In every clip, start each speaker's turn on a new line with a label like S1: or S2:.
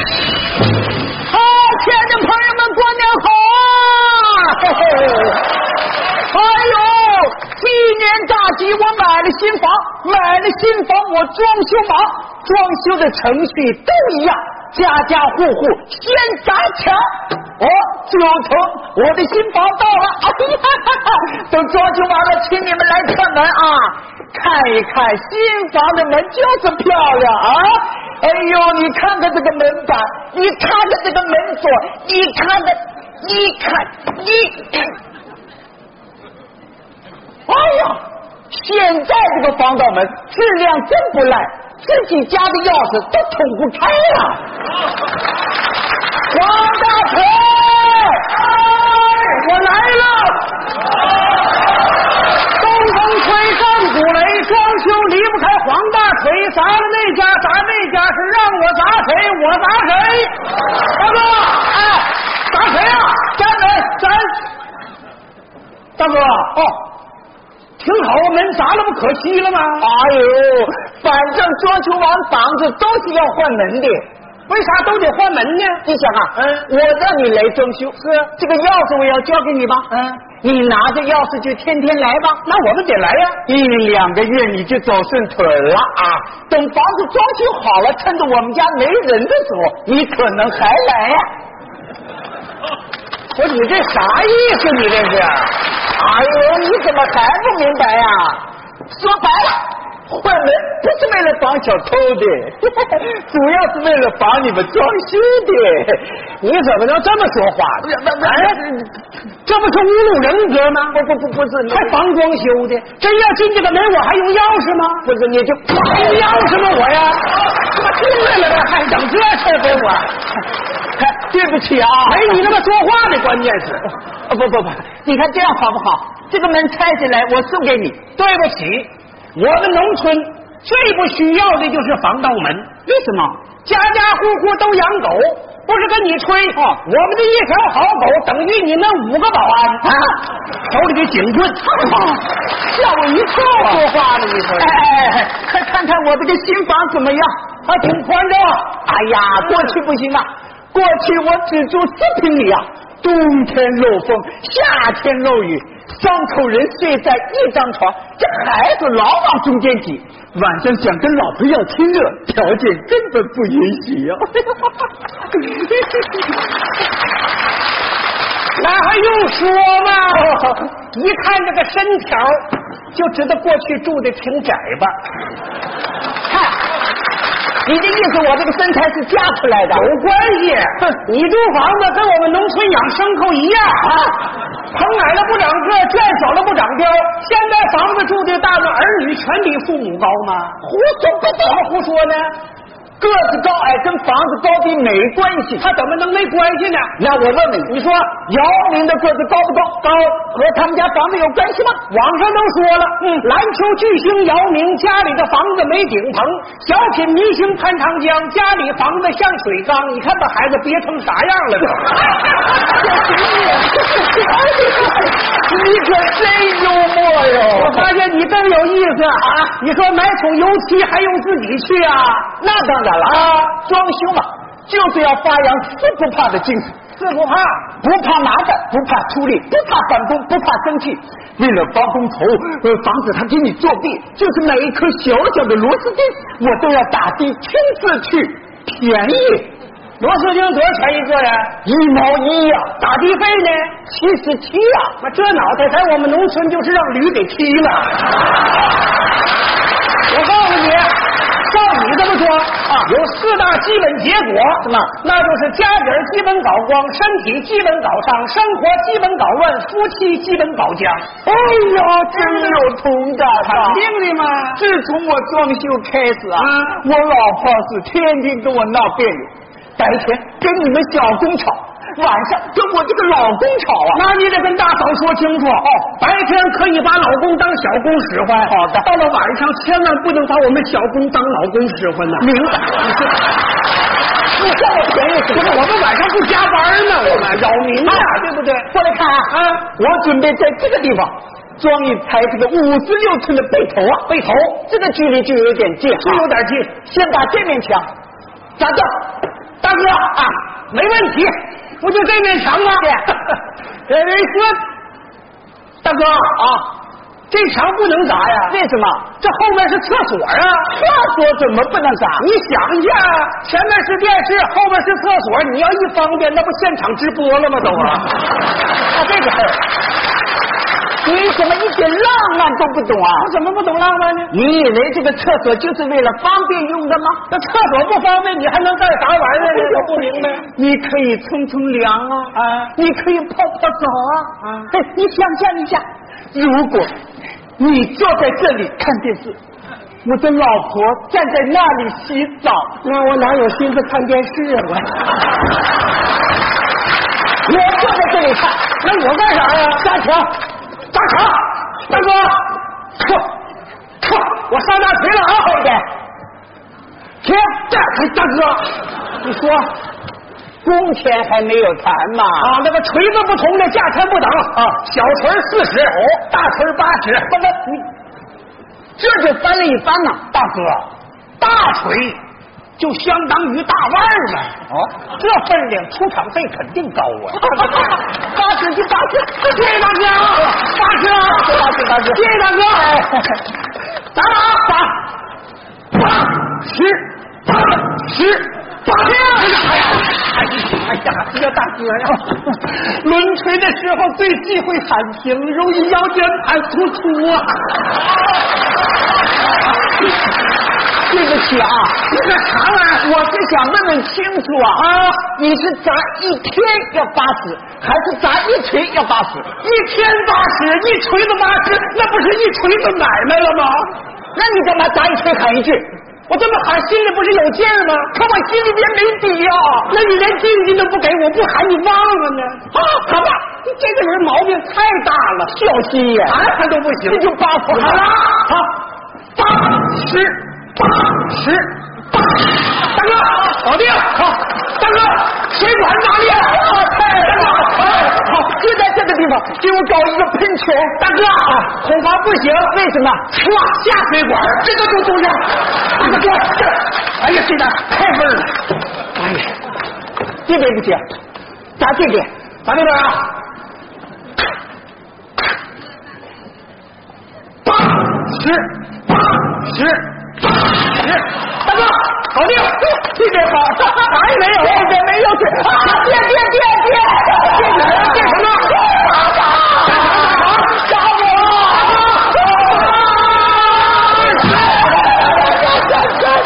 S1: 啊级我买了新房，买了新房我装修忙，装修的程序都一样，家家户户先砸墙。哦，九层，我的新房到了，哎呀，哈哈等装修完了，请你们来串门啊，看一看新房的门就是漂亮啊。哎呦，你看看这个门板，你看看这个门锁，你看看，你看，你，哎呀，现在这个防盗门质量真不赖，自己家的钥匙都捅不开呀、王大锤，我来了。东风吹战鼓擂，装修离不开黄大锤，砸了那家，砸那家，是让我砸谁，我砸谁。大哥，哎，砸谁啊？站门，咱。大哥，哦，挺好啊，门砸了不可惜了吗？哎呦，反正装修完房子都是要换门的。为啥都得换门呢？你想啊，嗯，我让你来装修，是这个钥匙我要交给你吧，嗯，你拿着钥匙就天天来吧，那我们得来呀、一两个月你就走顺腿儿了啊！等房子装修好了，趁着我们家没人的时候，你可能还来呀、我说你这啥意思？你这是？哎呦，你怎么还不明白呀、说白了，换门不是为了防小偷的， 主要是为了防你们装修的。你怎么能这么说话呢？哎，这不是侮辱人格吗？不不不，不是，还防装修的？真要进这个门，我还用钥匙吗？不是，你就用钥匙吗？我呀，他妈进来了，还整这事儿给我。 哎对不起啊，没你那么说话的，关键是，啊不不不，你看这样好不好？这个门拆下来，我送给你。对不起，我们农村最不需要的就是防盗门。为什么？家家户户都养狗，不是跟你吹啊，我们的一条好狗等于你们五个保安啊，手里的警棍，吓我一跳啊！说话呢，你说？哎哎哎，快看看我这个新房怎么样？还挺宽敞。哎呀，过去不行啊。过去我只住四平米啊，冬天漏风，夏天漏雨，三口人睡在一张床，这孩子老往中间挤，晚上想跟老婆要亲热，条件根本不允许啊。那还用说吗？一看这个身条，就知道过去住的挺窄吧。看，你这意思，我这个身材是嫁出来的？有关系。你住房子跟我们农村养牲口一样啊，捧矮了不长个，拽小了不长膘。现在房子住的大了，儿女全比父母高吗？胡说八道！怎么胡说呢？个子高矮跟房子高低没关系，他怎么能没关系呢？那我问问你，你说姚明的个子高不高？高，和他们家房子有关系吗？网上都说了，嗯，篮球巨星姚明家里的房子没顶棚，小品明星潘长江家里房子像水缸，你看把孩子憋成啥样了都。你可真幽默哟！我发现你真有意思啊！你说买桶油漆还用自己去啊？那当然了啊，装修嘛，就是要发扬四不怕的精神。四不怕，不怕麻烦，不怕出力，不怕返工，不怕生气。为了包工头，呃，防止他给你作弊，就是每一颗小小的螺丝钉，我都要打的亲自去，便宜。螺丝钉多少钱一个呀？一毛一呀、打的费呢？七十七呀、那这脑袋在我们农村就是让驴给踢 了。我告诉你，照你这么说啊，有四大基本结果，什么？那就是家底儿基本搞光，身体基本搞伤，生活基本搞乱，夫妻基本搞僵。哎呀，真有同感啊！
S2: 定的吗？
S1: 自从我装修开始啊，
S2: 嗯
S1: 我老婆是天天跟我闹别扭，白天跟你们小工吵，晚上跟我这个老公吵啊。
S2: 那你得跟大嫂说清楚哦。白天可以把老公当小公使唤，
S1: 好的
S2: 到了晚上千万不能把我们小公当老公使唤呐。
S1: 明白？你说你占我便宜什
S2: 不是，我们晚上不加班呢，我们扰民呐，对不对？
S1: 过来看啊！
S2: 啊
S1: 我准备在这个地方装一台这个五十六寸的背头啊，背头，这个距离就有点近，啊
S2: 是有点近。
S1: 先把这面墙砸掉，大哥啊，没问题，不就 这面墙吗？对，人家说，大哥啊，这这墙不能砸呀，
S2: 为什么？
S1: 这后面是厕所呀、
S2: 厕所怎么不能砸？
S1: 你想一下，前面是电视，后面是厕所，你要一方便，那不现场直播了吗？都啊，
S2: 啊，这个事儿，你怎么一点浪漫都不懂啊？
S1: 我怎么不懂浪漫呢？
S2: 你以为这个厕所就是为了方便用的吗？
S1: 那厕所不方便，你还能干啥玩意儿呢？我不明白。
S2: 你可以冲冲凉啊，
S1: 啊
S2: 你可以泡泡澡啊，
S1: 啊
S2: 哎，你想象一下，如果你坐在这里看电视，我的老婆站在那里洗澡，
S1: 那我哪有心思看电视啊？我
S2: 我坐在这里看，
S1: 那我干啥呀、
S2: 加强，
S1: 大肠，大哥，靠靠，我上大锤了啊！
S2: 快点，
S1: 停，大大哥
S2: 你说，工钱还没有谈嘛？
S1: 啊，那个锤子不同的价钱不等啊，小锤四十，哦，大锤八十。
S2: 不是你，这就翻了一番呐，
S1: 大哥，大锤就相当于大腕儿呗。哦，这分量出场费肯定高啊。
S2: 八十就八十。
S1: 谢谢大哥啊，大哥啊，
S2: 大哥大哥
S1: 谢谢大哥。打打打，八十，八十，八十。哎呀，哎呀，哎呀，这叫大哥呀！抡锤的时候最忌讳喊停，容易腰间盘突出啊。
S2: 对不起啊，
S1: 你这啥玩意儿？
S2: 我是想问问清楚啊，
S1: 啊
S2: 你是砸一天要八十，还是砸一锤要八十？
S1: 一天八十，一锤子八十，那不是一锤子买卖了吗？
S2: 那你干嘛砸一锤喊一句？
S1: 我这么喊，心里不是有劲儿吗？
S2: 可我心里边没底呀、
S1: 啊那你连定金都不给我，不喊你忘了呢？啊，好吧，你这个人毛病太大了，
S2: 小心眼，
S1: 喊喊都不行
S2: 这。就八十。
S1: 好了，好，八十，八十，八大哥，搞定，好，大哥，水管哪里？哎，大哥，哎，好，
S2: 好，就在这个地方给我搞一个喷泉。
S1: 大哥，恐怕不行，
S2: 为什么？
S1: 唰下水管，这个都都下。大哥，这，哎呀，这点太味儿了。哎呀，
S2: 这边不行，砸这边。
S1: 咱这边啊，八十，八十，八十，大哥，搞定，这边好，哪也没有，
S2: 这边没有水，啊！别别别别！这什么？这什么？打打打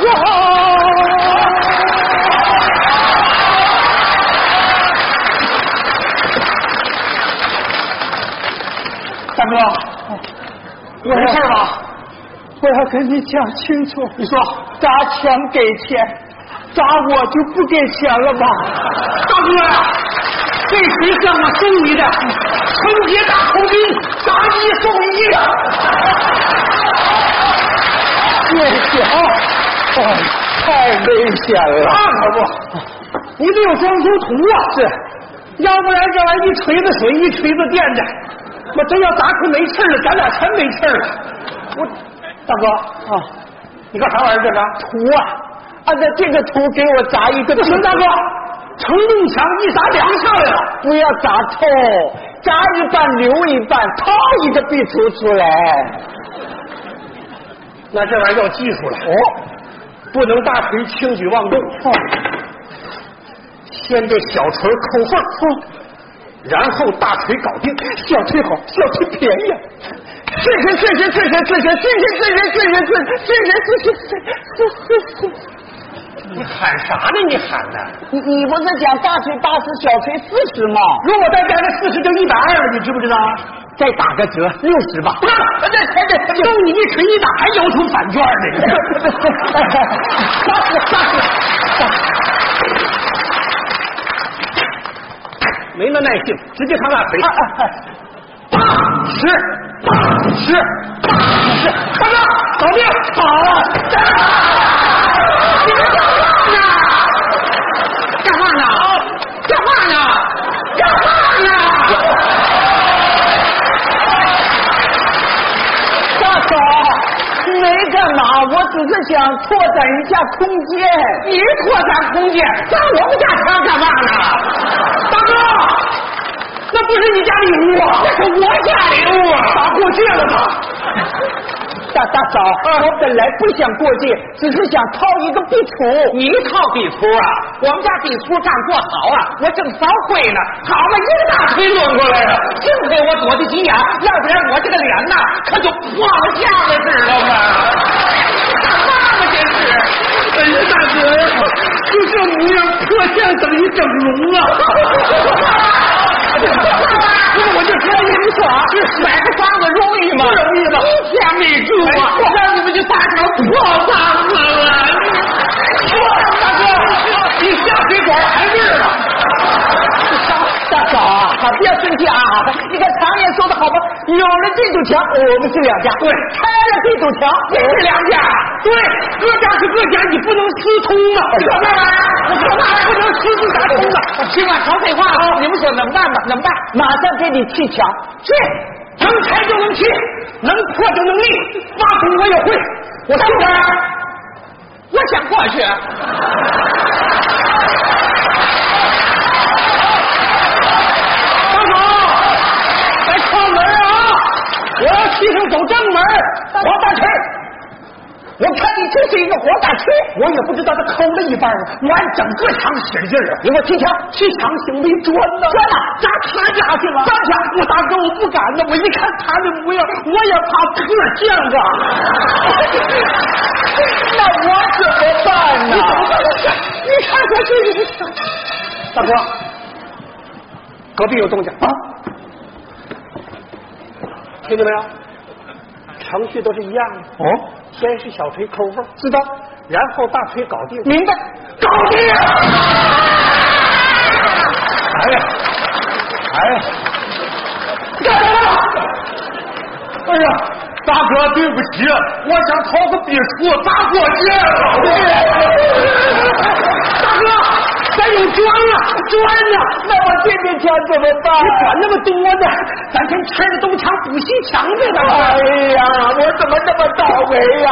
S2: 我！
S1: 大哥，有什么事儿吧？
S2: 我要跟你讲清楚，
S1: 你说，
S2: 砸墙给钱，砸我就不给钱了吧？
S1: 大哥呀，这谁像我送你的春节大酬宾，砸一送一啊！
S2: 谢谢啊！哎，太危险了。
S1: 那可不，你得有装修图啊，是，要不然这玩意儿一锤子水一锤子电的，我真要砸出没气儿了，咱俩全没气儿了。我，大哥，
S2: 啊，
S1: 你干啥玩意儿这个？
S2: 图啊，按照这个图给我砸一个
S1: 不
S2: 图。
S1: 行，大哥，承重墙一砸梁上来了。
S2: 不要砸透，砸一半留一半，掏一个壁橱出来。
S1: 那这玩意儿要技术了哦，不能大锤轻举妄动，先对小锤抠缝，然后大锤搞定。小锤好，小锤便宜啊。
S2: 确实确实确实确实确实确实确实确实确实确实确实。
S1: 你喊啥呢？你喊呢？
S2: 你你不是讲大锤八十，小锤四十吗？
S1: 如果再加个四十，就一百二了，你知不知道？
S2: 再打个折，六十吧。
S1: 不是，这这这，送你一锤一打，还摇出返券呢。没那耐性，直接上大锤。八十，八十，八十，大哥，搞定，好啊！你们干嘛呢？干嘛呢？干嘛呢？
S2: 大嫂，没干嘛，我只是想拓展一下空间。
S1: 你拓展空间，上我们家墙干嘛呢？大哥，那不是你家里屋啊，
S2: 那是我家里屋啊。
S1: 打过界了吧？
S2: 大大嫂，我本来不想过界，只是想套一个壁橱。
S1: 你靠底粗啊！我们家底粗干过壕啊，我正烧灰呢，好嘛，一个大锤抡过来了，幸亏我躲得急眼，要不然我这个脸呐，可就破了相了，知道吗？干嘛嘛这是？哎呀，大哥呀，就这模样，破相等于整容啊！ 不是，我就说你爽，是买个房子容易吗？不容易吧？一天没住啊！我让你们去打成破房子了。大哥，你下水管还味儿了？
S2: 大嫂啊，啊不要生气啊！你看常言说的好吗？有了这堵墙，我们是两家；
S1: 对
S2: 拆了这堵墙，
S1: 你是两家，对，各家是各家，你不能私通啊！这玩意儿，这玩意儿不能私自打通啊！行了，少废话啊！你们说怎么办吧？怎么办？
S2: 马上给你砌墙。
S1: 去，能拆就能砌，能破就能立，挖土我也会。我等
S2: 啊
S1: 会儿，我想过去。啊大嫂，来敲门啊！我要替上走正门，啊黄大锤。我看你就是一个黄大锤，我也不知道他抠了一半儿我按整个墙使劲儿啊！你给我砌墙，砌墙行没砖呢？砖呢？砸他家去了。砸墙！我大哥，我不敢呢。我一看他的模样，我也怕特像啊。
S2: 那我怎么办
S1: 你
S2: 呢
S1: 怎？么办？你看我这人，大哥，隔壁有动静啊！听见没有？程序都是一样的。
S2: 哦，
S1: 先是小锤抠缝，知道，然后大锤搞定，
S2: 明白。
S1: 搞定。哎呀，哎呀，干什么？哎呀，大哥，对不起，我想掏个笔出砸过界了。大哥，咱有砖啊，砖呢、
S2: 那我这面墙怎么办？
S1: 你管那么多呢？咱先拆了东墙补西墙呗，大哥。
S2: 哎呀，我怎么这么倒霉呀、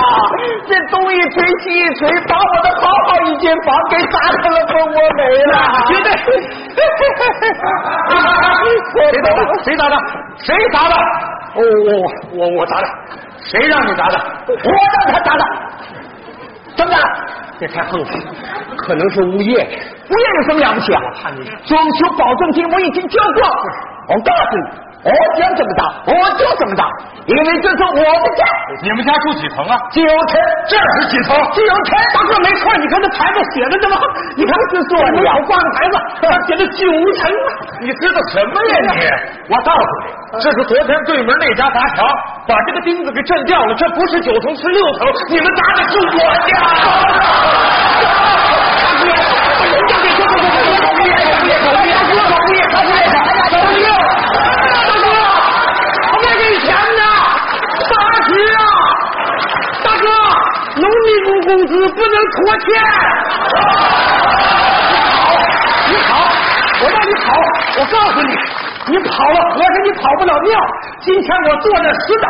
S2: 这东一锤西一锤，把我的好好一间房给砸成了蜂窝煤了。
S1: 绝对！谁砸的？谁砸的？谁砸的？哦，我我我砸的。谁让你砸的？
S2: 我让他砸的，怎么的？
S1: 别太横了，可能是物业的。
S2: 物业有什么了不起啊？
S1: 看你
S2: 装修保证金我已经交过，我告诉你，我想怎么打我就怎么打，因为这是我的家。
S1: 你们家住几层啊？
S2: 九层，
S1: 这是几层？
S2: 九层，
S1: 大哥没错，你看这牌子写的怎么？你看这是我门口挂的牌子，它写的九层。你知道什么
S2: 呀
S1: 你？嗯我告诉你，这是昨天对门那家砸墙，把这个钉子给震掉了。这不是九层，是六层。你们砸的是我家。人家给说说说说，物业物业物业物业物业物业物业，大哥，我没给你钱呢，八十啊。大哥，农民工工资不能拖欠。你跑，你跑，我让你跑，我告诉你，你跑了和尚你跑不了庙。今天我坐那死等，